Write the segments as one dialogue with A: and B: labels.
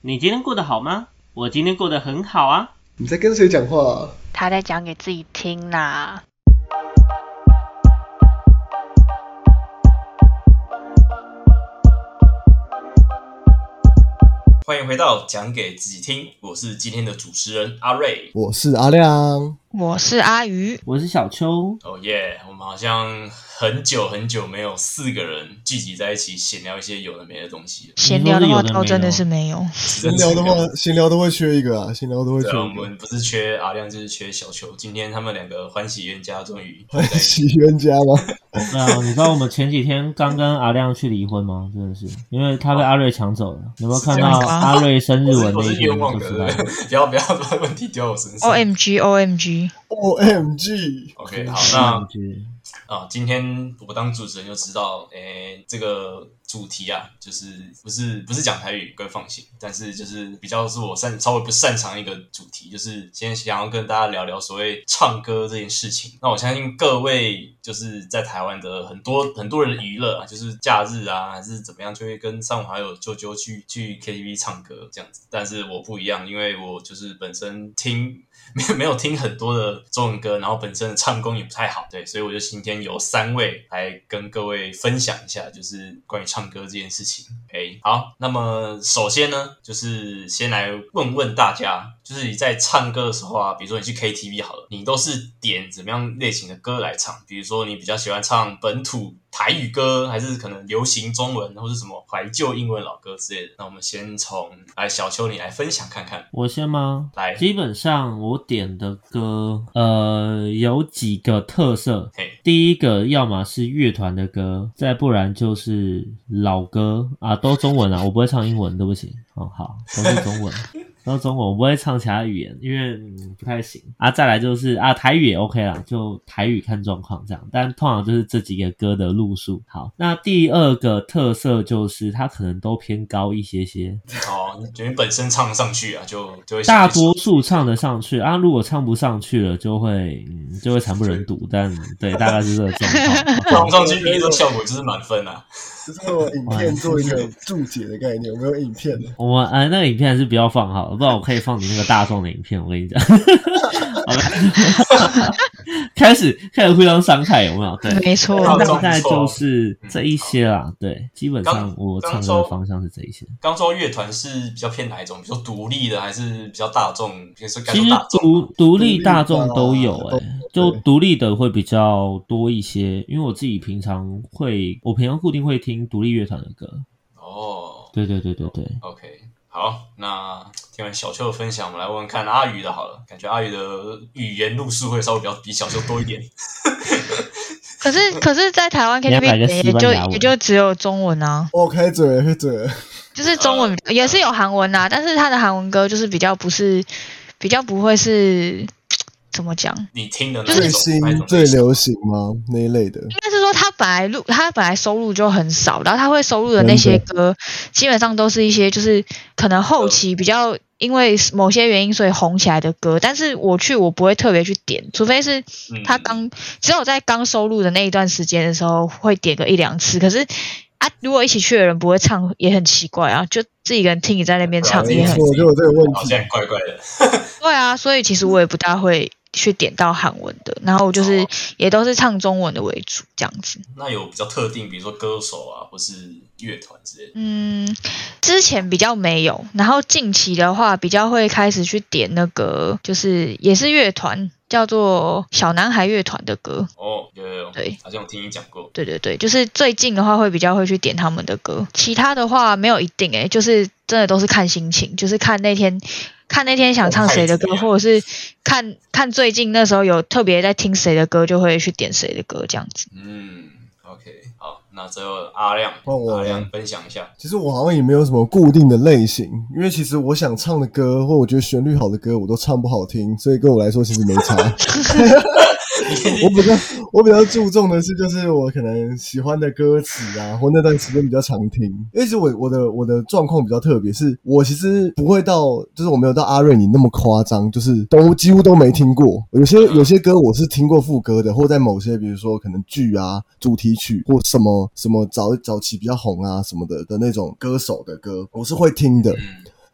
A: 你今天过得好吗？我今天过得很好啊。
B: 你在跟谁讲话、啊？
C: 他在讲给自己听啦。
D: 欢迎回到讲给自己听，我是今天的主持人阿瑞。
B: 我是阿亮，
C: 我是阿鱼，
A: 我是小秋，
D: 哦耶！我们好像很久很久没有四个人聚集在一起闲聊一些有的没的东西了。
C: 闲聊的话
A: 你说的有的没有
C: 倒真的是没有。
B: 闲聊的话，闲聊都会缺一个啊，闲聊都会缺
D: 对啊，我
B: 一 个。
D: 们不是缺阿亮就是缺小球。今天他们两个欢喜冤家终 于
B: 欢喜冤家吗？
A: 对啊，你知道我们前几天刚跟阿亮去离婚吗？真的是，因为他被阿瑞抢走了。你有没有看到
C: 是这样子啊
A: 阿瑞生日文
D: 我
A: 那
D: 是
A: 一
D: 冤
A: 天
D: 枉
A: 就
D: 的，
A: 知道了？
D: 不要不要把问题丢到我身
C: O
D: 上。
C: M G O M G，
B: O M G！
D: OK，好，
A: 嗯
D: 那
A: 我觉得
D: 啊，今天我当主持人就知道，诶、这个主题啊，就是不是不是讲台语，各位放心，但是就是比较是我擅稍微不擅长一个主题，就是先想要跟大家聊聊所谓唱歌这件事情。那我相信各位就是在台湾的很多很多人的娱乐啊，就是假日啊还是怎么样，就会跟上午还有舅舅去去 KTV 唱歌这样子。但是我不一样，因为我就是本身听没 有没有听很多的中文歌，然后本身的唱功也不太好，对，所以我就今天有三位来跟各位分享一下，就是关于唱歌这件事情。哎，好，那么首先呢，就是先来问问大家，就是你在唱歌的时候啊，比如说你去 KTV 好了，你都是点怎么样类型的歌来唱？比如说你比较喜欢唱本土台语歌，还是可能流行中文，或是什么怀旧英文老歌之类的？那我们先从来小秋你来分享看看，
A: 我先吗？
D: 来，
A: 基本上我点的歌，呃，有几个特色。
D: 嘿。
A: 第一个，要么是乐团的歌，再不然就是老歌啊，都中文啊，我不会唱英文，对不起。哦，好，都是中文， 都是中文，我不会唱其他语言，因为、嗯不太行啊。再来就是啊，台语也 OK 啦，就台语看状况这样，但通常就是这几个歌的路数。好，那第二个特色就是它可能都偏高一些些，
D: 哦，你觉得本身唱上去啊，就就会
A: 大
D: 想
A: 多数唱得上去啊，如果唱不上去了，就会嗯就会惨不忍睹。但对，大概是这个状
D: 唱
A: 况。哦
D: 上去，你这种效果就是满分啊。
B: 就是用影片做一个注解的概念，有没有影片呢？
A: 我们哎，那个影片还是不要放好了，不然我可以放你那个大众的影片。我跟你讲，好了，开始开始互相伤害，有没有？对，哦
C: 没错，
D: 大众
A: 大概就是这一些啦。对，基本上我唱歌的方向是这一些。
D: 刚说乐团是比较偏哪一种？比较独立的，还是比较大众？比如说该
A: 其
D: 说
A: 实
D: 大众
A: 独
D: 吗，
A: 独立大众都有
B: 独
A: 哎、
B: 立大
A: 就
B: 对
A: 独立的会比较多一些，因为我自己平常会，我平常固定会听独立乐团的歌。
D: 哦
A: 对对对对对，
D: ，OK，好，那听完小秋的分享，我们来问问看阿宇的好了。感觉阿宇的语言路数会稍微比较比小秋多一点。
C: 可是可是，在台湾
A: 你要买
C: KTV
A: 个
C: 也
A: 西班
C: 就
A: 牙文
C: 也就只有中文啊，
B: 哦，开嘴了，开嘴了。
C: 就是中文、也是有韩文啊，但是他的韩文歌就是比较不是，比较不会是怎么讲，应
D: 你听的那
B: 最
D: 一种，
B: 新
D: 那一种
B: 最
D: 类型
B: 流行吗？那一类的，
C: 该是说他本来录他本来收入就很少，然后他会收入的那些歌，基本上都是一些就是可能后期比较。因为某些原因，所以红起来的歌，但是我去我不会特别去点，除非是
D: 嗯
C: 他刚只有在刚收录的那一段时间的时候会点个一两次，可是啊，如果一起去的人不会唱，也很奇怪啊，就自己一个人听你在那边唱
D: 对啊
C: 也
B: 没
C: 很
B: 错，就有这个问
D: 好
B: 题。
D: 像怪怪的。
C: 对啊，所以其实我也不大会去点到韩文的，然后我就是
D: 哦
C: 也都是唱中文的为主这样子。
D: 那有比较特定，比如说歌手啊，或是乐团之类的。
C: 嗯，之前比较没有，然后近期的话比较会开始去点那个，就是也是乐团，叫做小男孩乐团的歌。
D: 哦，有有有，
C: 对，
D: 好像我听你讲过。
C: 对对对，就是最近的话会比较会去点他们的歌，其他的话没有一定诶、就是真的都是看心情，就是看那天看那天想唱谁
D: 状态
C: 的歌，
D: 怎么样
C: 或者是看看最近那时候有特别在听谁的歌，就会去点谁的歌这样子。
D: 嗯，OK，好，那最后阿亮，
B: 换我
D: 阿亮分享一下。
B: 其实我好像也没有什么固定的类型，因为其实我想唱的歌或我觉得旋律好的歌，我都唱不好听，所以对我来说其实没差。我比较我比较注重的是，就是我可能喜欢的歌词啊，或那段时间比较常听。因为其实我我的我的状况比较特别，是我其实不会到，就是我没有到阿瑞你那么夸张，就是都几乎都没听过。有些有些歌我是听过副歌的，或在某些比如说可能剧啊、主题曲或什么什么早早期比较红啊什么的的那种歌手的歌，我是会听的。
D: 嗯，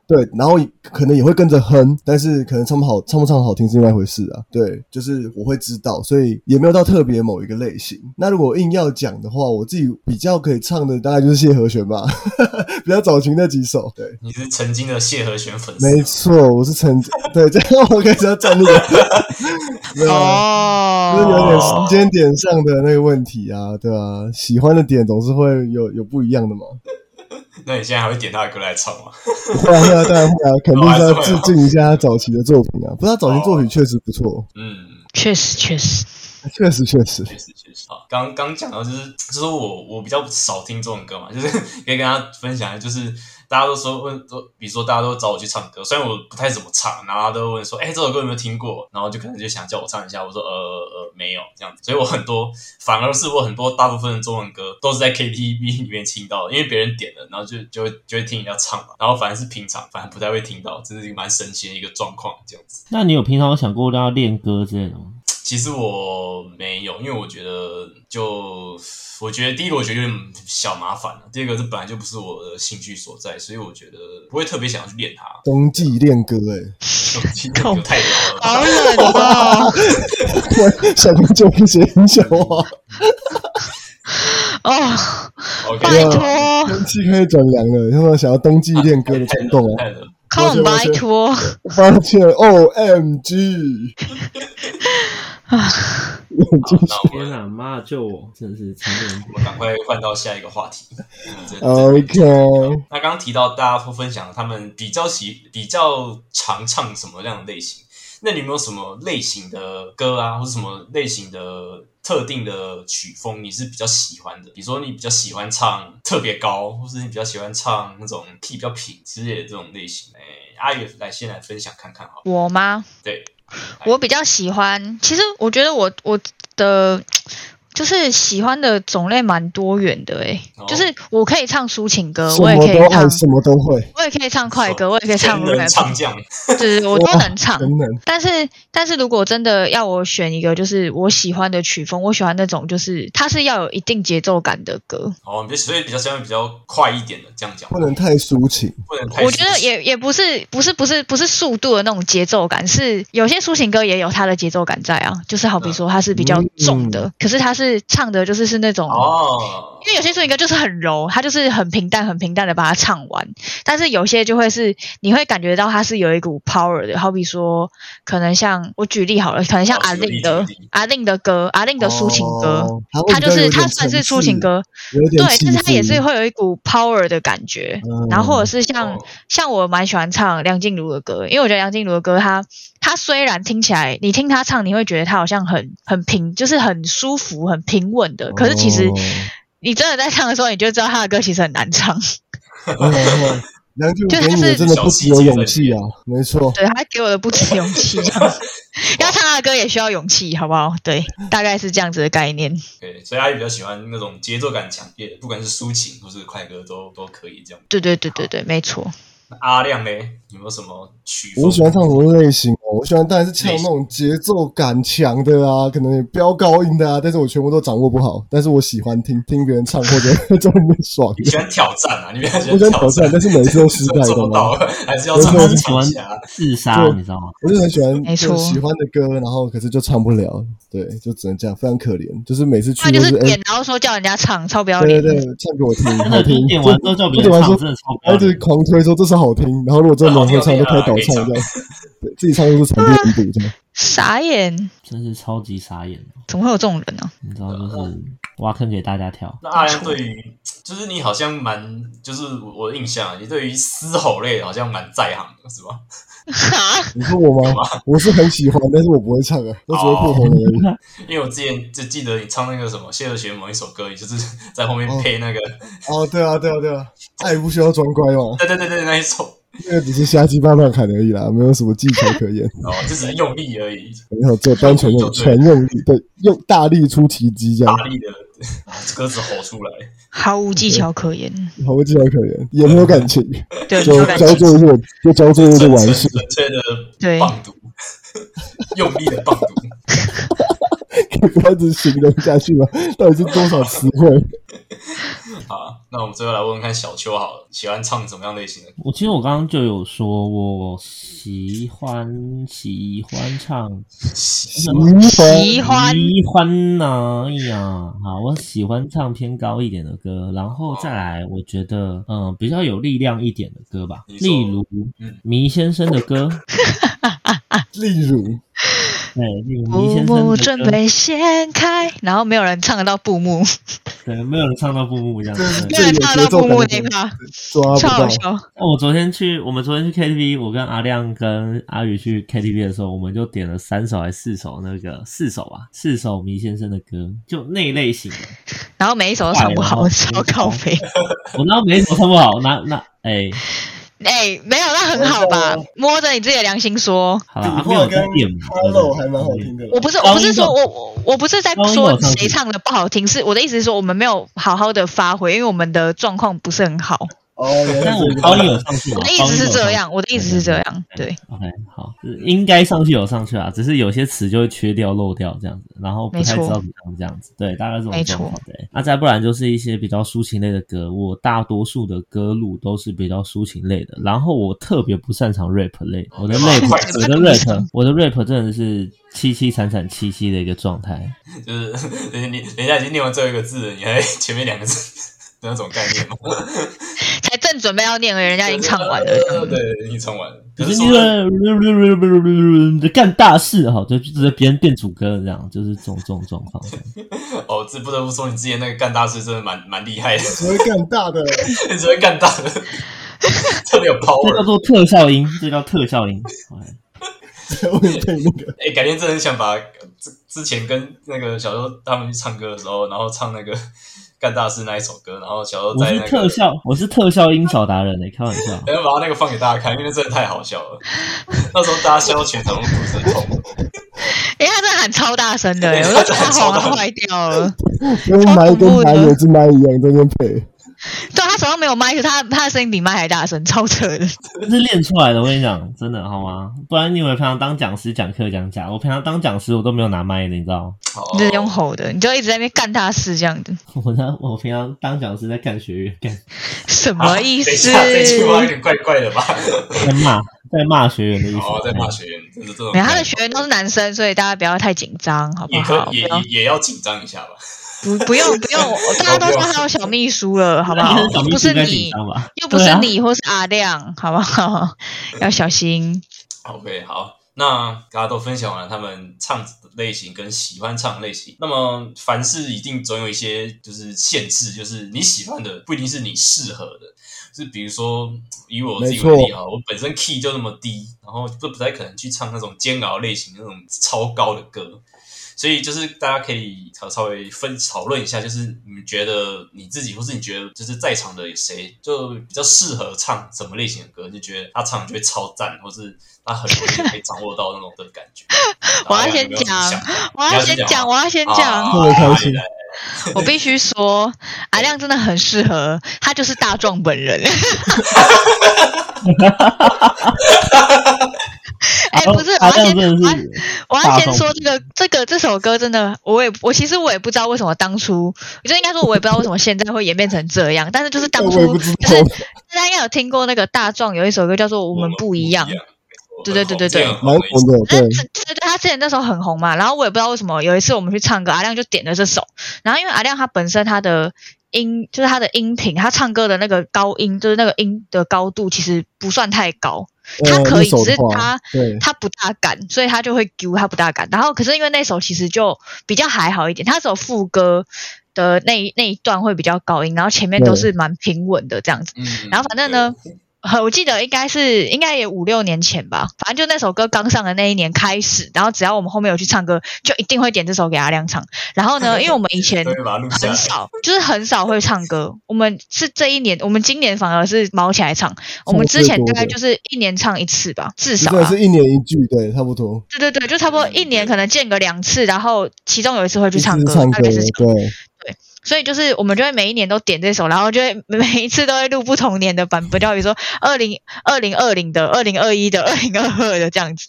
B: 对，然后可能也会跟着哼，但是可能唱不好，唱不唱得好听是另外一回事啊。对，就是我会知道，所以也没有到特别某一个类型。那如果硬要讲的话，我自己比较可以唱的大概就是谢和弦吧， 比较早期那几首。对，
D: 你是曾经的谢和弦粉丝，
B: 没错，我是曾对，这样我开始要站 那个，没有啊就是有
C: 哦，
B: 点时间点上的那个问题啊，对啊，喜欢的点总是会有有不一样的嘛。
D: 那你现在还会点他的歌来唱吗？
B: 会啊会啊，当然会啊，肯定是要
D: 还是
B: 致
D: 会啊
B: 敬一下他早期的作品啊。不过他早期作品
D: 哦
B: 确实不错，
D: 嗯，
C: 确实确实，
B: 确实确实。
D: 确实确实。好，刚刚讲到就是，就是我我比较少听这种歌嘛，就是可以跟大家分享，就是大家都说问，都比如说大家都找我去唱歌，虽然我不太怎么唱，然后大家都问说，哎、这首歌有没有听过？然后就可能就想叫我唱一下，我说呃呃没有这样子，所以我很多反而是我很多大部分的中文歌都是在 KTV 里面听到的，因为别人点了，然后就就会就会听人家唱嘛，然后反而是平常反而不太会听到，这是一个蛮神奇的一个状况这样子。
A: 那你有平常有想过要练歌之类的吗？
D: 其实我没有，因为我觉得就我觉得第一个我觉得有点小麻烦了，第二个这本来就不是我的兴趣所在，所以我觉得不会特别想要去练它。
B: 冬季恋歌、欸
D: 就听这个太聊了，
C: 好冷哦，
B: 哎，想跟就一些音效啊，
C: 哦，
D: OK，
C: 拜托，
B: 天气开始转凉了，有没有想要冬季恋歌的冲动啊？
D: 太冷。
C: 空拜托，
B: 抱歉，O M G，
D: 好，那我
A: 天啊，妈救我！真是差点。
D: 我赶快换到下一个话题。嗯这这
C: 呃嗯
B: OK，
D: 那刚刚提到大家会分享他们比较喜比较常唱什么样的类型，那你有没有什么类型的歌啊，或者什么类型的特定的曲风你是比较喜欢的？比如说你比较喜欢唱特别高，或是你比较喜欢唱那种 key 比较平之类的这种类型？哎、阿宇来先来分享看看好了，
C: 我吗？
D: 对，
C: 我比较喜欢，其实我觉得我我的就是喜欢的种类蛮多元的诶、
D: 哦
C: 就是我可以唱抒情歌，
B: 什
C: 我也
B: 么
C: 可
B: 都
C: 以唱
B: 爱，，什么都会，
C: 我也可以唱快歌，我也可以唱
D: 全能
C: rap，
D: 唱将，
C: 对对对，我都能唱。
B: 真能
C: 但是，但是如果真的要我选一个，就是我喜欢的曲风，我喜欢那种就是它是要有一定节奏感的歌。
D: 哦，你就所以比较喜欢比较快一点的，这样讲
B: 不能太抒情，
D: 不能太
C: 我觉得也也不是不是不是不是速度的那种节奏感，是有些抒情歌也有它的节奏感在啊，就是好比说它是比较重的，可是它是唱的就是是那种。
D: 哦，
C: 因为有些抒情歌就是很柔，它就是很平淡、很平淡的把它唱完，但是有些就会是你会感觉到它是有一股 power 的，好比说，可能像我举例好了，可能像
D: 哦
C: 阿
D: 举个
C: 令
D: 例
C: 的
D: 举个例
C: 阿令的歌，阿令的抒情歌，
B: 哦，它会
C: 它
B: 比
C: 就
B: 较
C: 是
B: 有
C: 它
B: 点
C: 算是
B: 层
C: 抒情
B: 次，
C: 歌，
B: 有
C: 对
B: 点，气
C: 但是它也 是
B: 质
C: 会有一股 power 的感觉。
B: 嗯
C: 然后或者是像、
D: 哦
C: 像我蛮喜欢唱梁静茹的歌，因为我觉得梁静茹的歌她，她虽然听起来你听她唱，你会觉得她好像很很平，就是很舒服、很平稳的，可是其实。
B: 哦
C: 你真的在唱的时候，你就知道她的歌其实很难唱。
B: 哦梁静茹
C: 就是
B: 给你
C: 它
B: 的
C: 是
B: 真的不只有勇气啊，没错，
C: 对，她给我的不止勇气，这样子要唱她的歌也需要勇气，好不好？对，大概是这样子的概念。
D: 对，所以阿宇比较喜欢那种节奏感强烈的，不管是抒情或是快歌都都可以这样。
C: 对对对对对，没错。
D: 那阿亮嘞，有没有什么曲风？
B: 我喜欢唱什么类型哦？我喜欢当然是唱那种节奏感强的啊，可能飙高音的啊，但是我全部都掌握不好。但是我喜欢听听别人唱，或者 在里面爽
D: 你。喜欢挑战啊？你比较喜欢
B: 我喜欢挑战，但是每次都失败，
D: 做
B: 懂
D: 不
B: 吗
D: 到？，还是要唱
B: 我
A: 我是喜欢
D: 唱一下。
A: 自杀，
B: 对
A: 你知道吗？
B: 我就很喜欢
C: 没错
B: 就喜欢的歌，然后可是就唱不了，对，就只能这样，非常可怜。就是每次去
C: 那啊就
B: 都
C: 是
B: 是哎
C: 点，，然后说叫人家唱，超不要
B: 对对
C: 脸。
B: 对，唱给我听，
A: 真
B: 好
A: 的，
B: 听
A: 你。点完之后叫别
B: 我点
A: 人
B: 完
A: 唱，
B: 说
A: 真的超
B: 然
A: 标
B: 后就
A: 准
B: 是狂推说这首好听，然后如果真的没人会唱，就开始倒唱这样，对自己唱就是场地很堵这样。
C: 傻眼，
A: 真是超级傻眼。
C: 怎么会有这种人呢、
A: 你知道，就是挖坑给大家跳。
D: 那阿亮对于，就是你好像蛮，就是我的印象啊，你对于嘶吼类好像蛮在行的，是吧？
C: 哈，
B: 你说我吗？我是很喜欢，但是我不会唱啊，我只会破喉而已。
D: 因为我之前就记得你唱那个什么谢和弦某一首歌，你就是 在后面
B: 哦
D: 配那个，
B: 哦，对啊，对啊，对啊，爱不需要装乖嘛，
D: 对对对对，那一首，
B: 那个只是瞎鸡巴乱砍而已啦，没有什么技巧可言，
D: 哦，就只是用力而已，
B: 没有做单纯用纯用力，对，用大力出奇迹这样
D: 大，力的把歌词吼出来。
C: 毫无技巧可言。
B: 毫无技巧可言，也没有感情，
C: 对，
B: 就
C: 有感
B: 交
C: 情。
B: 作业，就交作业就
D: 纯
B: 完
D: 纯
B: 事，
D: 纯粹
C: 对
D: 的棒读， 用力的棒读。
B: 不要一直形容下去嘛，到底是多少词汇？
D: 怕。那我们最后来问问看小秋好了，喜欢唱什么样类型的歌？
A: 我其实我刚刚就有说，我喜欢喜欢唱
B: 喜
C: 喜欢
A: 喜欢呢、哎呀，好，我喜欢唱偏高一点的歌，然后再来，我觉得嗯、比较有力量一点的歌吧，
D: 你说
A: 例如
D: 嗯
A: 迷先生的歌，
B: 例如
A: 对，例如迷
C: 布
A: 先
C: 幕
A: 生
C: 准
A: 的歌，
C: 备掀开，然后没有人唱得到布幕，
A: 对，没有人唱到布幕这样子。
C: 没
A: 对
C: 有人唱得到布幕那
B: 这
C: 一
B: 个有节奏
C: 趴，
B: 抓不
C: 超
B: 到
C: 好，笑。
A: 那我哦昨天去，我们昨天去 KTV，我跟阿亮跟阿宇去 KTV 的时候，我们就点了三首还是四首那个四首吧，四首迷先生的歌，就那类 型的。
C: 然后每一首都唱不好，
A: 坏了
C: 超靠背。
A: 我那每一首唱不好，那那哎、
C: 哎，没有，那很好吧？摸着你自己的良心说，
A: 好了，阿
B: 古
A: 没有
B: 惑跟
A: 在点嘛，对不
B: Hello
A: 对
B: 还蛮好听的啦，
C: 我不是我不是说
A: 高
C: 我我我不是在
A: 高音有
C: 说
A: 上去
C: 谁唱的不好听，是我的意思是说我们没有好好的发挥，因为我们的状况不是很好。
B: 哦，原来
A: 但
B: 是
A: 我
B: 这
A: 高
B: 样
A: 音有上去嘛，
C: 我的意
A: 高音
C: 思
A: 有
C: 是
A: 上
C: 这
A: 去
C: 样，我的意思是这样，对，
A: OK，好，应该上去有上去啊，只是有些词就会缺掉、漏掉这样子，然后不太知
C: 没错
A: 道怎么样这样子。对，大概这种
C: 没错
A: 状况。对，那再不然就是一些比较抒情类的歌，我大多数的歌路都是比较抒情类的，然后我特别不擅长 rap 类，我 的 rap，我的 rap，我的 rap 真的是凄凄惨惨戚戚的一个状态。
D: 就是 人家人家已经念完最后一个字了，你还前面两个字的那种概念吗？
C: 才正准备要念 而已，人家已经唱完了。这样
D: 对，已经唱完了。可
A: 可
D: 是
A: 是
D: 说
A: 你
D: 真的
A: 的干大事哈，就就别人变主歌这样，就是这种这种状况。
D: 哦，这不得不说，你之前那个干大事真的蛮蛮厉害的，
B: 只会干大的，
D: 你只会干大的， 特别有
A: 这叫
D: power。
A: 做特效音，这叫特效音。哎
B: 我 也配那个
D: 哎、改天真的很想把之之前跟那个小周他们去唱歌的时候，然后唱那个 干大事那一首歌，然后小周
A: 我
D: 在
A: 是
D: 那
A: 特
D: 个。
A: 效，我是特效音小达人呢、开玩 笑。
D: 等一下把他那个放给大家看，因为真的太好笑了。那时候大家笑到全场都肚子痛。
C: 哎，他真的喊超大声的，欸
D: 对
C: 我都
D: 他
C: 觉
D: 真的喊
C: 得他
D: 超
C: 喉
D: 大声
C: 咙坏掉了。
B: 跟麦跟麦有只麦一样在那边配，
C: 对他手上没有麦克，他他的声音比麦还大声，超扯的。
A: 这是练出来的，我跟你讲，真的好吗？不然你以为平常当讲师讲课讲假，我平常当讲师我都没有拿麦的，你知道吗？
D: 好，
C: 你就是用吼的，你就一直在那边干大事这样子，
A: 我呢，我平常当讲师在干学院，干
C: 什
D: 啊
C: 么意
D: 等一
C: 思？
D: 下，这句话有点怪怪的吧？
A: 在骂，在骂学员的意思。
D: 哦，在骂学员，真的这种
C: 没有，他的学员都是男生，所以大家不要太紧张，好不
D: 也可
C: 好？不
D: 也
C: 要
D: 也也要紧张一下吧。
C: 不不用不 用，大家都说他有小秘书了，好 不好？
A: 小
C: 又
A: 秘
C: 不
A: 书
C: 是
A: 在紧
C: 你，
A: 张吧？
C: 又不是
A: 对啊
C: 你，或是阿亮，好不好？ 要小心。。
D: OK，好，那大家都分享完了他们唱的类型跟喜欢唱的类型。那么凡事一定总有一些就是限制，就是你喜欢的不一定是你适合的。就是比如说以我自己为
B: 没
D: 例
B: 错
D: 啊，我本身 key 就那么低，然后就不太可能去唱那种煎熬类型那种超高的歌。所以就是大家可以稍稍微分讨论一下，就是你们觉得你自己，或是你觉得就是在场的谁就比较适合唱什么类型的歌，你就觉得他唱就会超赞，或是他很容易可以掌握到那种的感觉
C: 我要先讲
D: 然后 有没有什么想法
C: 我要先
D: 你要先讲
C: 讲，我要先
D: 啊
C: 讲，
B: 特别开心。
C: 我必须说，阿亮真的很适合，他就是大壮本人。哎， 不是，我
A: 阿
C: 要
A: 亮
C: 先，
A: 真
C: 我
A: 的
C: 要
A: 是
C: 我要先说这个这个这首歌真的，我也我其实我也不知道为什么当初，我就应该说我也不知道为什么现在会演变成这样，但是就是当初
B: 我也不知
C: 就
B: 道
C: 是大家应该有听过那个大壮有一首歌叫做《我们不一样》，对对对对对
B: 蛮红的，对
C: 那对，对对，他之前那时候很红嘛，然后我也不知道为什么有一次我们去唱歌，阿亮就点了这首，然后因为阿亮他本身他的音就是他的音频，他唱歌的那个高音就是那个音的高度其实不算太高，他
B: 呃
C: 可以
B: 一手
C: 只是
B: 的话
C: 他
B: 对
C: 他不大敢，所以他就会丢，他不大敢。然后可是因为那首其实就比较还好一点，他只有副歌的那一那一段会比较高音，然后前面都是蛮平稳的这样子。
D: 嗯，
C: 然后反正呢， 呃我记得应该是应该也五六年前吧，反正就那首歌刚上的那一年开始，然后只要我们后面有去唱歌，就一定会点这首给阿亮唱。然后呢，因为我们以前
D: 对，都会把它录下来
C: 很。少，就是很少会唱歌。我们是这一年，我们今年反而是毛起来唱。我们之前大概就是一年唱一次吧，至
B: 实
C: 少
B: 在
C: 啊。
B: 是一年一句，对，差不多。
C: 对对对，就差不多一年可能见个两次，然后其中有一次会去
B: 一
C: 唱
B: 直
C: 歌，
B: 唱
C: 大
B: 歌，
C: 概是这样
B: 对，
C: 所以就是我们就会每一年都点这首，然后就会每一次都会录不同年的版本，就比如说二零二零二零的、二零二一的、二零二二的这样子，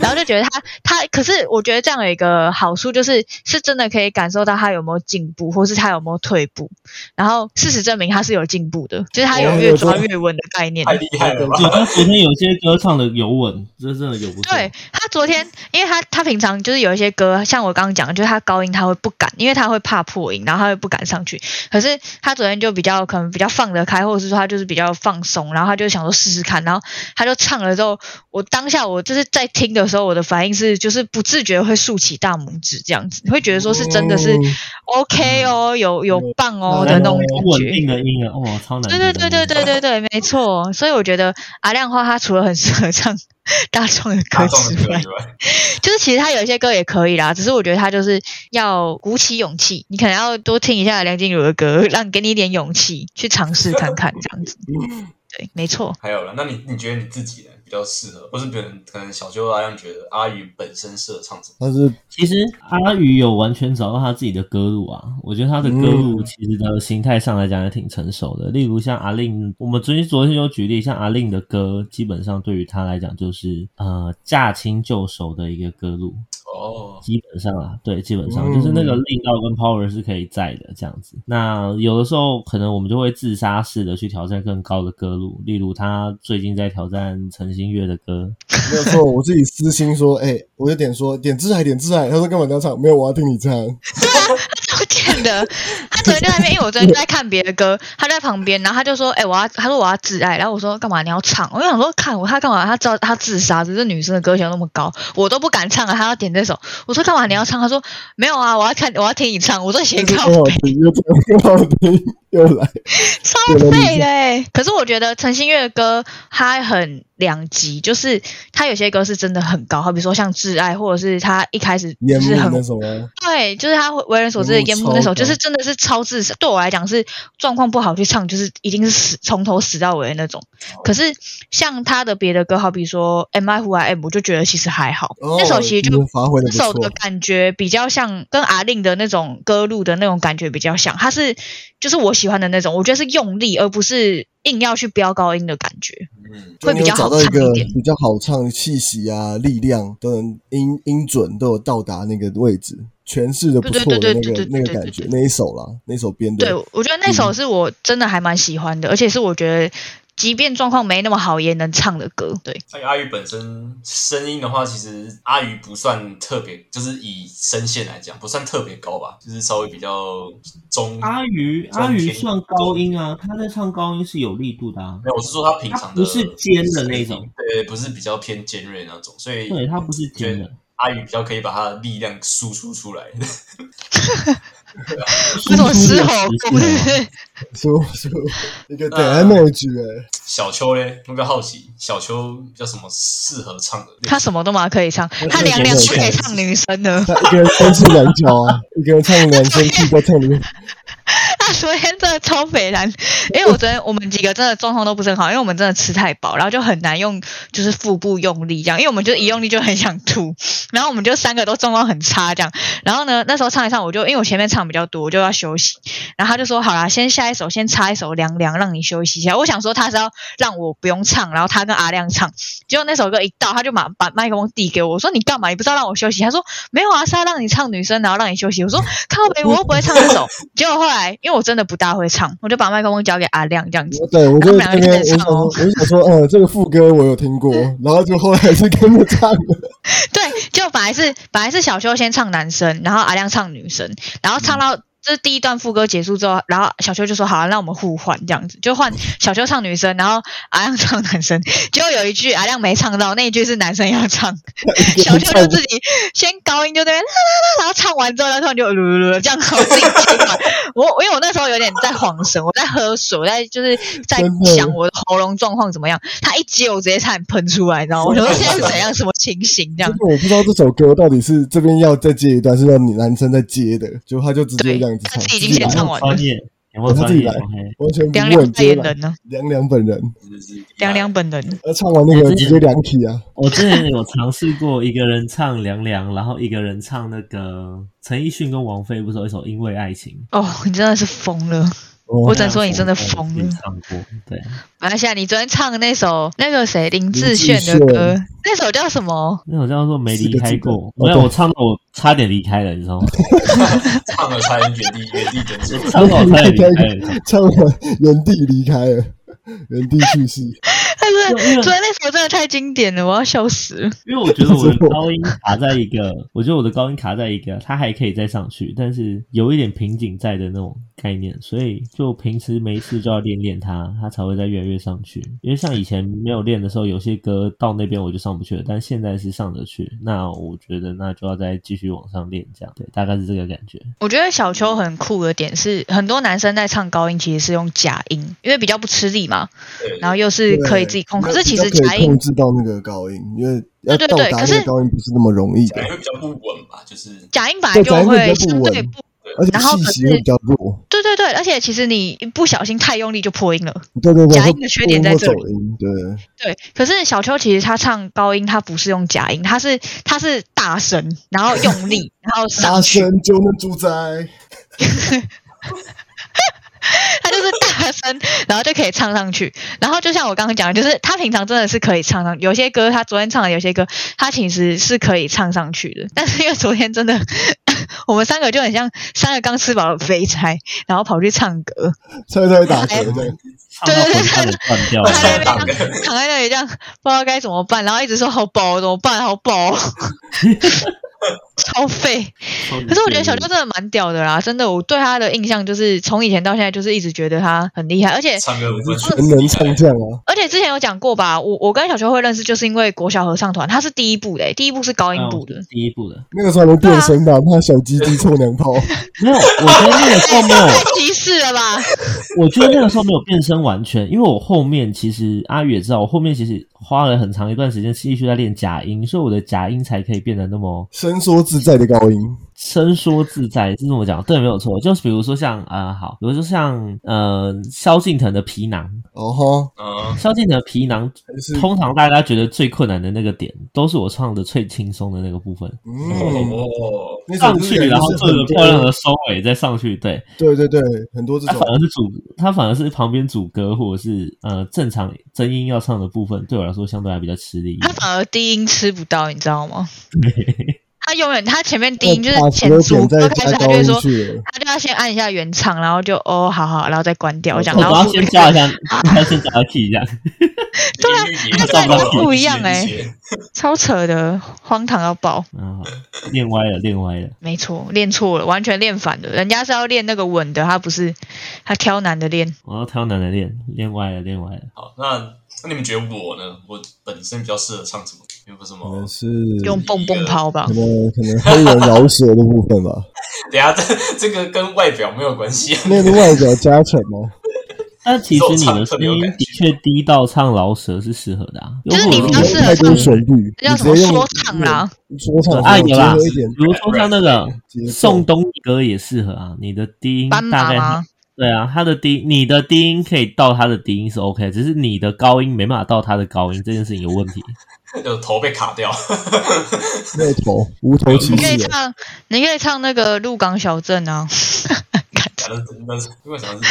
C: 然后就觉得他他，可是我觉得这样有一个好处就是，是真的可以感受到他有没有进步，或是他有没有退步。然后事实证明他是有进步的，就是他有越抓越稳的概念。
D: 太厉害 了吧！
A: 对，他昨天有些歌唱的有稳，这真的有不错。
C: 对他昨天，因为他他平常就是有一些歌，像我刚刚讲的，就是他高音他会不敢，因为他会怕破音，然后他会不敢上去。可是他昨天就比较可能比较放得开，或者是说他就是比较放松，然后他就想说试试看，然后他就唱了之后，我当下我就是在听的时候，我的反应是就是不自觉会竖起大拇指这样子，会觉得说是真的是
B: 嗯
C: OK 哦，有有棒哦
B: 对
C: 的
A: 然
C: 那
A: 后
C: 种
A: 有
C: 感
A: 稳
C: 觉。
A: 定的音啊，哇，超难听
C: 对对
A: 的。
C: 对对对对对，没错。所以我觉得阿亮花他除了很适合唱大众的歌
D: 大众
C: 之
D: 的歌
C: 外，
D: 以外，
C: 就是其实他有一些歌也可以啦，只是我觉得他就是要鼓起勇气，你可能要多听一下梁静茹的歌，让给你一点勇气去尝试看看这样子。对，没错。
D: 还有了，那你你觉得你自己呢比较适合，或是别人可能小舅阿亮觉得阿宇本身适合唱什么？
B: 他是
A: 其实阿宇有完全找到他自己的歌路啊，我觉得他的歌路其实的形态上来讲也挺成熟的。例如像阿令，我们昨天昨天有举例，像阿令的歌，基本上对于他来讲就是呃驾轻就熟的一个歌路，
D: 哦，
A: 基本上啊，对，基本上、
B: 嗯
A: 就是那个力道跟 power 是可以在的这样子。那有的时候可能我们就会自杀式的去挑战更高的歌路，例如他最近在挑战陈星月的歌，
B: 没有错，我自己私心说，哎、我就点说点自嗨，点自嗨。他说干嘛你要唱？没有，我要听你唱。
C: 我天的，他昨天在那边，因为我昨天就在看别的歌，他在旁边，然后他就说：“哎、我要，他说我要自爱。”然后我说：“干嘛你要唱？”我就想说，看我他干嘛？他知道他自杀，只是女生的歌想那么高，我都不敢唱啊。他要点这首，我说：“干嘛你要唱？”他说：“没有啊，我要看，我要听你唱。”我说：“斜
B: 又
C: 哎靠
B: 好听，又又好听，又来。
C: 超废的、欸。可是我觉得陈星月的歌它很两极，就是他有些歌是真的很高，好比说像《挚爱》，或者是他一开始就
B: 烟
C: 是
B: 幕
C: 很
B: 那什么，
C: 对，就是他为为人所知的
B: 烟
C: 烟
B: 幕
C: 幕那
B: 超
C: 首，就
B: 高
C: 是真的是超自杀。对我来讲是状况不好去唱，就是一定是死从头死到尾的那种。可是像他的别的歌，好比说《Am I Who I Am》，我就觉得其实还好。
B: 哦
C: 那首其实
B: 你
C: 就
B: 发挥的
C: 那
B: 不
C: 首的
B: 错。
C: 感觉比较像跟阿令的那种歌路的那种感觉比较像，它是就是我喜欢的那种，我觉得是用力而不是硬要去飙高音的感觉。
D: 嗯，
C: 会比较
B: 就
C: 好
B: 你有找到一
C: 唱
B: 个
C: 一点
B: 比较好唱的气息啊，力量等音音准都有到达那个位置，诠释的不错的
C: 对对
B: 那
C: 对
B: 个
C: 对对
B: 那个
C: 对对
B: 感觉
C: 对，
B: 那一首啦，那一首编的。
C: 对，我觉得那首是我真的还蛮喜欢的，而且是我觉得即便状况没那么好也能唱的歌。对，
D: 而且阿宇本身声音的话，其实阿宇不算特别，就是以声线来讲，不算特别高吧，就是稍微比较中。
A: 阿宇
D: 中
A: 阿宇
D: 偏
A: 算高音啊，他在唱高音是有力度的啊
D: 没。有，我是说他平常的
A: 他不是尖的那种，
D: 对，不是比较偏尖锐那种，所以
A: 对，他不是尖 的。
D: 阿宇比较可以把他的力量输出出来。
C: 为什么狮吼
A: 输出
C: 功
A: 的时候？
B: 说说 一个
D: 那
B: damage 哎、
D: 小秋嘞，我比较好奇，小秋比较什么适合唱的类型？
C: 他什么都嘛可以唱，他
B: 是
C: 凉
B: 觉
C: 凉
B: 得
C: 就可以
B: 是
C: 唱女生的。
B: 他一个人三次两脚啊，一个人唱两声屁在唱里面，
C: 他昨天真的超北蓝，因为我昨天我们几个真的状况都不是很好，因为我们真的吃太饱，然后就很难用就是腹部用力这样，因为我们就一用力就很想吐，然后我们就三个都状况很差这样，然后呢那时候唱一唱，我就因为我前面唱比较多，我就要休息，然后他就说好啦，先下一首先插一首凉凉，让你休息一下。我想说他是要让我不用唱，然后他跟阿亮唱，结果那首歌一到，他就把把麦克风递给我，我说你干嘛？你不知道让我休息？他说没有啊，是要让你唱女生，然后让你休息。我说靠北，我又不会唱这首。结果后来因为我真的不大会唱，我就把麦克风交给阿亮这样子。
B: 对我就
C: 他
B: 在
C: 们
B: 那边，我
C: 两个就在
B: 想
C: 唱
B: 说，
C: 哦
B: 我想说，嗯，这个副歌我有听过，然后就后来是跟着唱的，
C: 对，就本来是本来是小修先唱男生，然后阿亮唱女生，然后
B: 嗯
C: 唱到。这第一段副歌结束之后，然后小修就说：“好、啊，那我们互换这样子，就换小修唱女生，然后阿亮唱男生。”结果有一句阿亮没唱到，那一句是男生要唱，小秀就自己先高音就在那边啦啦啦，然后唱完之后，然后突然就噜噜噜这样，我自己切断。我我因为我那时候有点在晃神，我在喝水，我在就是在
B: 真的
C: 想我的喉咙状况怎么样。他一接我直接差点喷出来，你知道吗？我想说现在是怎样，什么情形这
B: 就
C: 样
B: 是？我不知道这首歌到底是这边要再接一段，是让你男生再接的，就他就直接
C: 对
B: 这样，子
C: 他
B: 唱，
C: 自己已经先唱完了
A: 专。业，有没有
B: 他
A: 专
B: 自己
A: 业
B: 来
A: ？OK，
B: 完全
C: 凉
B: 不
C: 凉
B: 问，直
C: 代
B: 接
C: 言
B: 来
C: 人呢？
B: 凉凉本人，
D: 真的是
C: 凉凉本人，
B: 他唱完那
A: 哎之
B: 个直
A: 前
B: 接凉体啊，
A: 我之前有尝试过一个人唱凉凉，然后一个人唱那个陈奕迅跟王菲不是有一首《因为爱情》，
C: 哦，你真的是疯了。
B: 哦
C: 我只能说你真的疯
A: 我
C: 了
A: 自己唱过，对，
C: 马来西亚，你昨天唱的那首那个谁林
B: 志
C: 志炫的
B: 炫
C: 歌， 那首叫什么？
A: 那首叫做没离开过，
B: 四个字的
A: 没有我唱到我差点离开了，你知 道吗？
D: 唱了差点原地原地等死。
A: 唱到我差点离开了你知道吗，
B: 唱完原地离开了，原地去世，
C: 哎，不
A: 因为因为
C: 是，昨天那首真的太经典了，我要笑死了。
A: 因为我觉得我的高音卡在一个， 我觉得我的高音卡在一个，它还可以再上去，但是有一点瓶颈在的那种概念，所以就平时没事就要练练它，它才会再越来越上去。因为像以前没有练的时候，有些歌到那边我就上不去了，但现在是上得去，那我觉得那就要再继续往上练，这样对，大概是这个感觉。
C: 我觉得小秋很酷的点是，很多男生在唱高音其实是用假音，因为比较不吃力嘛，
D: 对，
C: 然后又 是可以自己控，可是其实
B: 比较
C: 假
B: 可以
C: 音
B: 控制到那个高音，因为要
C: 对对
B: 到
C: 对
B: 达
C: 可
B: 那
C: 是
B: 个高音不是那么容易的
D: 感，觉比较不稳吧，就是
C: 假音本来就
B: 对假音会
C: 会
B: 比较
C: 相
B: 不稳
C: 对不，
B: 而且
C: 然后
B: 气
C: 可
B: 息会
C: 是
B: 比较弱，
C: 对对对，而且其实你一不小心太用力就破音了，
B: 对对对，
C: 假音
B: 会
C: 的缺点在
B: 会
C: 这里
B: 走音，对，
C: 对。可是小秋其实他唱高音，他不是用假音，他是他是大声，然后用 力，然后
B: 大
C: 上去，
B: 声就能主宰，
C: 他就是大声，然后就可以唱上去。然后就像我刚刚讲的，就是他平常真的是可以唱上，有些歌他昨天唱的，有些歌他其实是可以唱上去的。但是因为昨天真的， 我们三个就很像三个刚吃饱的肥差，然后跑去唱歌，
B: 才才打嗝的，
A: 唱到魂差点断掉了
C: 躺在那
D: 打
C: 边
D: 嗝
C: 躺在那里这样，不知道该怎么办，然后一直说好饱，怎么办？好饱，哦超废。可是我觉得小秋真的蛮屌的啦，真的，我对他的印象就是从以前到现在，就是一直觉得他很厉害，而且
D: 唱歌不
B: 全能唱将啊，
C: 而且之前有讲过吧，我我跟小秋会认识，就是因为国小合唱团，它是第一部的、第一部是高音部的。
A: 第一步的，
B: 那个时候还没变身
C: 啊
B: 吧，怕小鸡鸡臭娘 炮，
A: 没有，我觉得那个时候没有。
C: 太歧视了吧？
A: 我觉得那个时候没有变身完全，因为我后面其实阿宇也知道，我后面其实花了很长一段时间继续在练假音，所以我的假音才可以变得那么
B: 伸缩自在的高音，
A: 伸缩自在，是这么讲，对，没有错。就是比如说像啊、呃好，比如说像呃，萧敬腾的皮囊，
B: 哦哈，
D: 嗯，
A: 萧敬腾的皮囊，
B: 就是
A: 通常大家觉得最困难的那个点，都是我唱的最轻松的那个部分，
B: 嗯，
D: 哦，
B: 那首
A: 上
B: 歌
A: 去
B: 感觉
A: 然后
B: 是
A: 做一
B: 很
A: 个
B: 多
A: 漂亮的收尾，再上去，对。
B: 对对对，很多这
A: 他
B: 种
A: 反，
C: 啊
A: 而是主，他反而是旁边主歌或者是呃正常真音要唱的部分，对我来说相对还比较吃力一
C: 他
A: 点。
C: 反而低音吃不到，你知道吗？他永远他前面低音就是
B: 哦把
C: 前
B: 所有
C: 足
B: 点再
C: 歌开始，
B: 加
C: 他就
B: 高
C: 会
B: 音
C: 说，
B: 去了，
C: 他就要先按一下原唱，然后就哦，好好，然后再关掉这样，
A: 哦我
C: 然
A: 要
C: 后副
A: 先
C: 歌
A: 加一下，他先加 key 一下。
D: 对啊，
C: 欸超扯的，荒唐到爆。
A: 啊，练歪了，练歪了。
C: 没错，练错了，完全练反了。人家是要练那个稳的，他不是他挑难的练。
A: 我要挑男的练，练歪了，练歪了。
D: 好，那那你们觉得我呢？我本身比较适合唱什么？有没有什
B: 可
D: 么
A: 嗯
B: 能？是
C: 用蹦蹦抛吧
B: 可，能可能黑人饶舌的部分吧，
D: 等一下这这个跟外表没有关系，啊
B: 那个外表加成哦，
A: 但其实你的
D: 这种唱特
A: 声
D: 别有
A: 音
D: 感觉
A: 的确低到唱饶舌是适合的啊。
C: 就是
A: 又
C: 你
A: 或
C: 比
A: 者
C: 较
A: 说
C: 适合
B: 太多
C: 唱
B: 旋律，
C: 那叫什
B: 你
C: 么
B: 直接
C: 说
B: 用
C: 唱啦？
B: 说唱
A: 啊有啦
B: 结合一点
A: 比如说像那个
B: 节奏
A: 宋冬野歌也适合啊，你的低音
C: 斑
A: 大
C: 马
A: 概
C: 吗？
A: 对啊，他的低你的低音可以到他的低音是 OK，只是你的高音没办法到他的高音，这件事情有问题。
D: 就头被卡掉。
B: 没有头无头骑
C: 你可以
B: 士啊，
C: 唱，你可以唱那个《鹿港小镇》啊。
D: 反正那是因为想是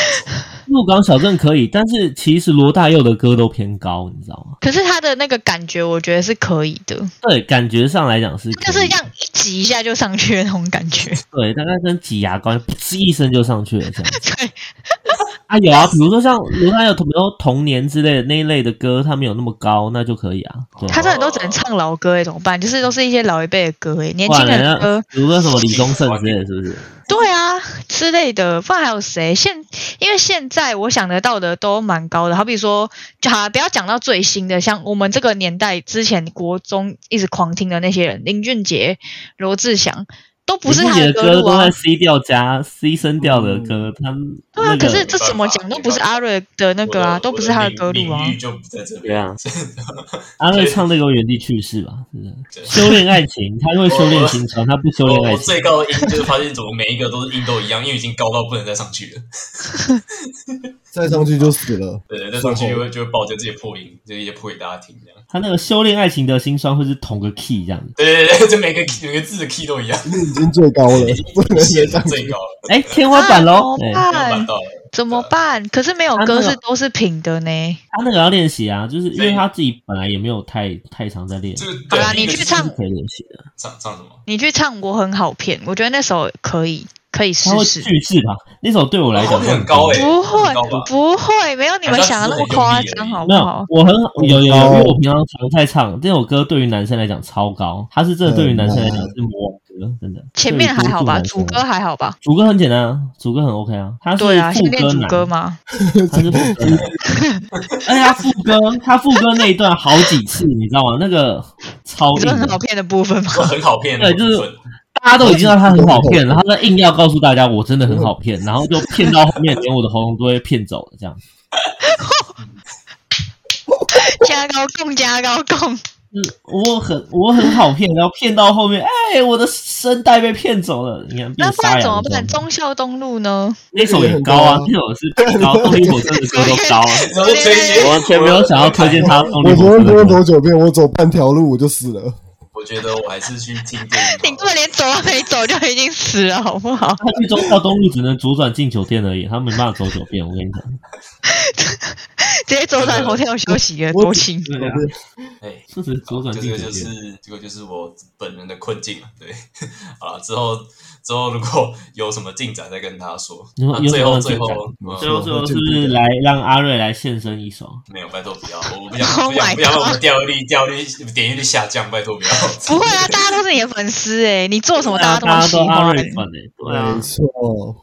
A: 鹿港小镇可以，但是其实罗大佑的歌都偏高，你知道吗？
C: 可是他的那个感觉，我觉得是可以的，
A: 对，感觉上来讲是可以的，
C: 就是这样一挤一下就上去的那种感觉。
A: 对，大概跟挤牙膏噗嗤一声就上去了这样。
C: 对，
B: 哦
A: 啊，有啊，比如说像罗大佑，比如说童年之类的那一类的歌，他没有那么高，那就可以啊。对啊，
C: 他这很多只能唱老歌哎，怎么办？就是都是一些老一辈的歌哎，年
A: 不
C: 轻
A: 然
C: 人的
A: 人家
C: 歌，
A: 比如说什么李宗盛之类的，是不是？
C: 对啊之类的。不然还有谁？现因为现在我想得到的都蛮高的，好比说，就好不要讲到最新的，像我们这个年代之前国中一直狂听的那些人，林俊杰、罗志祥。都不是
A: 你
C: 他
A: 自己的
C: 歌路
A: 都
C: 啊
A: 在。C 调加 C 声调的歌，他
D: 嗯
C: 对啊，
A: 那个
C: 可是这怎么讲都不是阿瑞的那个啊，
D: 我的
C: 都不是他的歌路
D: 我
C: 啊
D: 的领。域就不在这
A: 对
D: 边。
A: 啊，阿瑞唱那个原地去世吧，是不
D: 对
A: 是？修炼爱情，他会修炼心肠，他不修
D: 我
A: 炼爱
D: 我
A: 情
D: 最。高的音就是发现怎么每一个都是音都一样，因为已经高到不能再上去了。
B: 再上去就死了。
D: 对，再上去就会就会爆掉这些破音，这些破给大家听这样。
A: 他那个修炼爱情的心酸会是同个 key 这样 子。
D: 对对对，这每个每个字的 key 都一样，
B: 已经最高 了，不能再
D: 是
B: 上去。
D: 最高了，
A: 哎、天花板喽！哎、
C: 啊
D: 又办到了。
C: 怎么办？可是没有
A: 他那
C: 歌
A: 个
C: 是都是平的呢。
A: 他那个要练习啊，就是因
D: 所以
A: 为他自己本来也没有太太常在练，
D: 这
A: 是
D: 个
C: 好
D: 对
C: 啦，
D: 第一
C: 你
D: 个
C: 去
D: 就是
C: 唱，
A: 可以练习的。
D: 唱唱什么？
C: 你去唱，我很好骗。我觉得那首可以，可以试
A: 他会
C: 试。
A: 句式吧？那首对我来讲
D: 哦很高哎、
A: 哎。
C: 不
D: 很高吧
C: 会，不会，没有你们想的那么夸张，好不
A: 没有
C: 好，？
A: 我很好有有，有
B: 哦
A: 因为我平常常在唱这首歌，对于男生来讲超高，它是真的对于男生来讲是魔王歌，真的。
C: 前面还好吧，主
A: 主
C: 歌还好吧？
A: 主歌很简单啊，主歌很 OK 啊，它是
C: 对啊，
A: 副
C: 先练
A: 歌
C: 主
A: 难，
C: 歌嘛。
A: 它是副歌难， 而且它副歌它副歌那一段好几次，你知道吗？那个超
C: 你
A: 硬
C: 说很
A: 的
C: 好，骗的部分吗？
D: 说很好骗的部
A: 对就是
D: 分，
A: 大家都已经知道他很好骗了，他在硬要告诉大家我真的很好骗，然后就骗到后面连我的喉咙都会骗走了这样。
C: 加高共，加高共。
A: 就是嗯我很我很好骗，然后骗到后面，哎，我的声带被骗走了，你看
C: 那
A: 变
C: 不
A: 沙哑
C: 然怎么
A: 了。这
C: 办？
A: 样
C: 忠孝东路呢？
A: 那首也高啊，那首是高，动力火车的歌都高啊。
D: 然后推 荐
A: 我完全没有想要推荐他动力
B: 我不
A: 火车
B: 用不
A: 的
B: 用
A: 歌。
B: 走九遍，我走半条路我就死了。
D: 我觉得我还是去听电
C: 你
D: 影
C: 根
D: 好了。
C: 本连走都没走就已经死了，好不好？
A: 他去中校东路只能左转进酒店而已，他没办法走九遍。我跟你讲，
C: 直接走转 hotel 休息了，
B: 我
C: 多亲。
A: 对啊，
D: 哎，
A: 就是左转
D: 这
A: 进
D: 个
A: 酒
D: 就
A: 店。
D: 是这个就是我本人的困境了。对， 好了，之后之后如果有什么进展再跟大家说。
A: 有
D: 那
A: 有
D: 最
A: 什
D: 后
A: 么
D: 最
A: 进
D: 后
A: 展
D: 嗯
A: 最后最后是不是来让阿瑞来献身一首？
D: 没有，拜托不要，我不想
C: Oh
D: 不想
C: my
D: 不想让我们掉率掉率点击率下降，拜托不要。
C: 不会啊，大家都是你的粉丝哎、你做什么
A: 啊大
C: 大
A: 家
C: 家
A: 都
C: 都喜
A: 阿
C: 欢。
A: 瑞粉欸对啊
B: 没，错，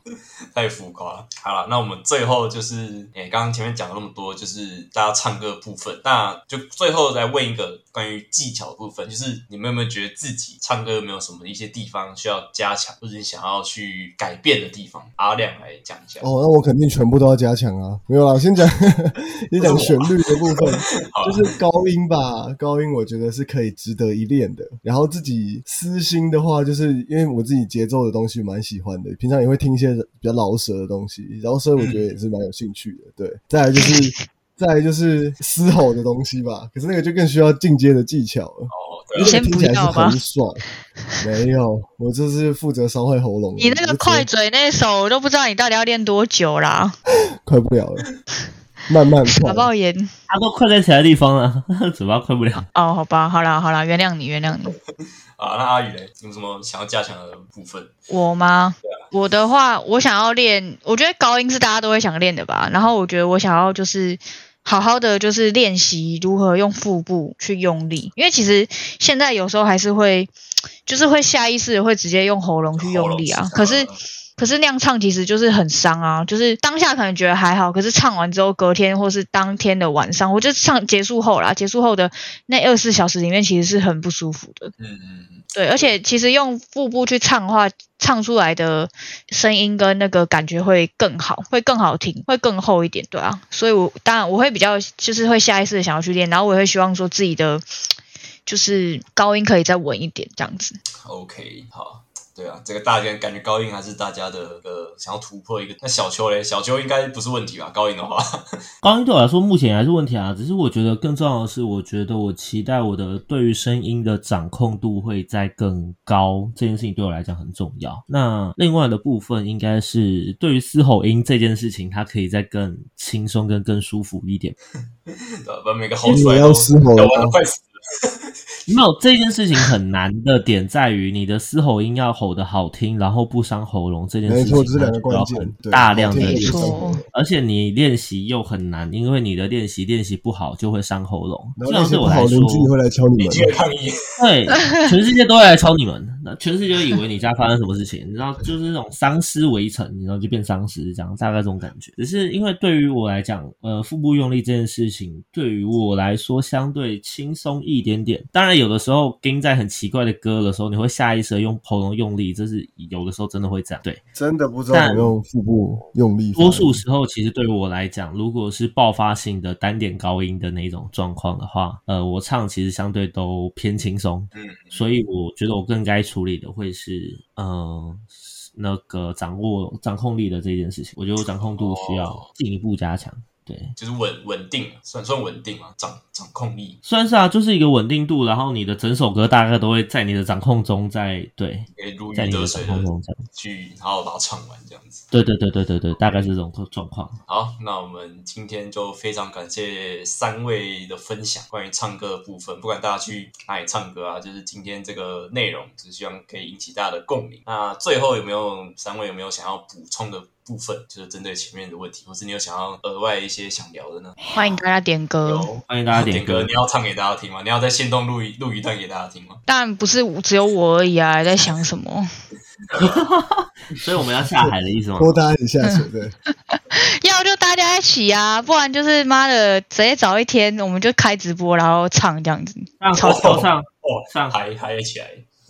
D: 太浮夸了。好了，那我们最后就是，诶、刚刚前面讲了那么多，就是大家唱歌的部分，那就最后来问一个关于技巧的部分，就是你们有没有觉得自己唱歌有没有什么一些地方需要加强，或者你想要去改变的地方？阿亮来讲一下。
B: 哦，那我肯定全部都要加强啊。没有啦，先讲 先讲旋律的部 分，
C: 啊
D: 好啦
B: 就是高音吧。高音我觉得是可以值得一练的。然后自己私心的话，就是因为我自己节奏的东西蛮喜欢的，平常也会听一些比较饶舌的东西，饶舌我觉得也是蛮有兴趣
C: 嗯
B: 的。对，再来就是。再来就是嘶吼的东西吧，可是那个就更需要进阶的技巧了。
D: 哦，对啊，
B: 因为那
C: 先
B: 个听
C: 不
B: 起来是
C: 要吧
B: 很爽，没有，我就是负责烧坏喉咙而已。
C: 你那
B: 我就
C: 个
B: 直
C: 快
B: 接
C: 嘴那首，我都不知道你到底要练多久啦，
B: 快不了了，慢慢
C: 傻
B: 快。
C: 爆眼
A: 他都快在其他地方了， 嘴巴快不了。
C: 哦，好吧，好啦好啦，原谅你原谅你。
D: 啊，那阿宇嘞，有没有什么想要加强的部分？
C: 我吗？我的话，我想要练，我觉得高音是大家都会想练的吧。然后我觉得我想要就是好好的就是练习如何用腹部去用力，因为其实现在有时候还是会，就是会下意识地会直接用喉咙去用力啊。可是可是那样唱其实就是很伤啊，就是当下可能觉得还好，可是唱完之后，隔天或是当天的晚上，我就唱结束后啦，结束后的那二十四小时里面，其实是很不舒服的。
D: 嗯嗯嗯，
C: 对，而且其实用腹部去唱的话，唱出来的声音跟那个感觉会更好，会更好听，会更厚一点，对啊。所以我当然我会比较就是会下意识的想要去练，然后我也会希望说自己的就是高音可以再稳一点这样子。
D: OK，好，对啊，这个大家感觉高音还是大家的呃想要突破一个。那小秋嘞，小秋应该不是问题吧？高音的话，
A: 高音对我来说目前还是问题啊，只是我觉得更重要的是，我觉得我期待我的对于声音的掌控度会再更高，这件事情对我来讲很重要。那另外的部分应该是对于嘶吼音这件事情，它可以再更轻松跟更舒服一点。
D: 呃把每个吼
A: 哦
D: 出来
B: 你
D: 都啊
B: 要嘶吼了
D: 要
B: 吗
D: 玩的快死了。
A: 没有这件事情很难的点在于，你的嘶吼音要吼得好听，然后不伤喉咙这件
B: 没
A: 事
B: 错，
A: 情，
B: 这是两个关键
A: 很，
B: 对
A: 大量的
B: 好听
A: 练
B: 也
A: 习
B: 是。生活
C: 没
A: 而且你练习又很难，因为你的练习练习不好就会伤喉咙。
B: 然
A: 这
B: 后那
A: 样
B: 些
A: 对
B: 不
A: 我
B: 好
A: 来
B: 邻居
A: 说，
B: 会来敲你
D: 你
B: 们
D: 居，然抗议，
A: 对，全世界都会来抄你们。那全世界就以为你家发生什么事情，你知道，就是那种丧尸围城，你知道就变丧尸这样，大概这种感觉。只是因为对于我来讲，呃，腹部用力这件事情对于我来说相对轻松一点点。当然，有的时候跟在很奇怪的歌的时候，你会下意识地用喉咙用力，这是有的时候真的会这样。对，
B: 真的不知道怎么用腹部用力发音。
A: 多数时候，其实对于我来讲，如果是爆发性的单点高音的那种状况的话，呃，我唱其实相对都偏轻松，
D: 嗯，
A: 所以我觉得我更该处理的会是，嗯、呃，那个掌握掌控力的这件事情，我觉得我掌控度需要
D: 哦
A: 进一步加强。对，
D: 就是稳稳定，算算稳定嘛，掌掌控力
A: 算是啊，就是一个稳定度，然后你的整首歌大概都会在你的掌控中在，对，
D: 可以如
A: 在
D: 鱼
A: 你的
D: 得
A: 掌
D: 水
A: 控
D: 的
A: 中这样。
D: 去好好把它唱完这样子。
A: 对对对对对对，大概是这种状况。
D: 好，那我们今天就非常感谢三位的分享，关于唱歌的部分，不管大家去哪里唱歌啊，就是今天这个内容，只希望可以引起大家的共鸣。那最后有没有三位有没有想要补充的部分，就是针对前面的问题，或是你有想要额外一些想聊的呢？
C: 欢迎大家点歌。
D: 有，
A: 欢迎大家
D: 点
A: 点歌
D: 你要唱给大家听吗？你要在线动录一录一段给大家听吗？
C: 但不是只有我而已啊，还在想什么？
A: 所以我们要下海的意思吗？
B: 拖大家一下水，对，
C: 要就大家一起啊，不然就是妈的，直接找一天我们就开直播，然后唱这样子，
A: 上
C: 超
A: 头上
D: 哦，
A: 上海，
D: 嗨嗨起来，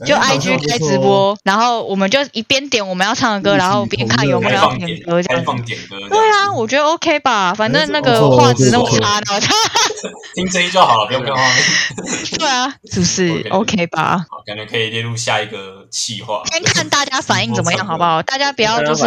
C: 就
B: 哎好像
C: IG
B: 不
C: 开
B: 错
C: 直
B: 哦，
C: 播，然后我们就一边点我们要唱的歌，
B: 一起
C: 然后边看有没有
D: 开
C: 要
D: 放
C: 点
D: 点
C: 歌这
D: 开
C: 样子。
D: 放点歌这样子，
C: 对啊，我觉得 OK 吧，反正那
B: 哎这
C: 个
B: 不错
C: 画质那么
D: 不错
C: 差的，我操，
D: 听声音就好了，不用看画面。
C: 对啊，是不是
D: OK
C: OK 吧？
D: 好，感觉可以列入下一个企划。
C: 先看大家反应怎 么样，好不好？大家不
A: 不
C: 要就是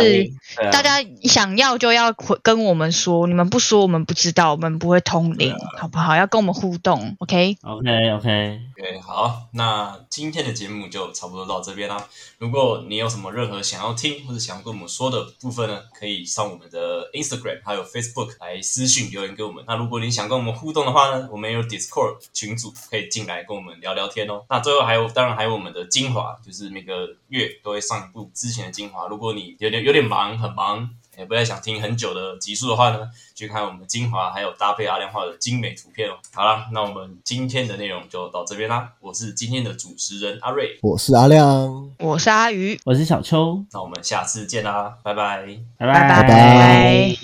A: 对啊
C: 大家想要就要回跟我们说，你们不说我们不知道，我们不会通灵，
D: 啊
C: 好不好？要跟我们互动，OK？
A: OK OK，
D: OK，好，那今天的节目就差不多到这边啦。如果你有什么任何想要听或者想要跟我们说的部分呢，可以上我们的 Instagram 还有 Facebook 来私信留言给我们。那如果你想跟我们互动的话呢，我们有 Discord 群组可以进来跟我们聊聊天哦。那最后还有，当然还有我们的精华，就是每个月都会上一部之前的精华。如果你有点有点忙，很忙。也不太想听很久的集数的话呢，去看我们精华，还有搭配阿亮画的精美图片哦。好啦，那我们今天的内容就到这边啦。我是今天的主持人阿瑞，
B: 我是阿亮，
C: 我是阿鱼，
A: 我是小秋，
D: 那我们下次见啦，拜拜。
A: 拜
C: 拜
A: 拜
B: 拜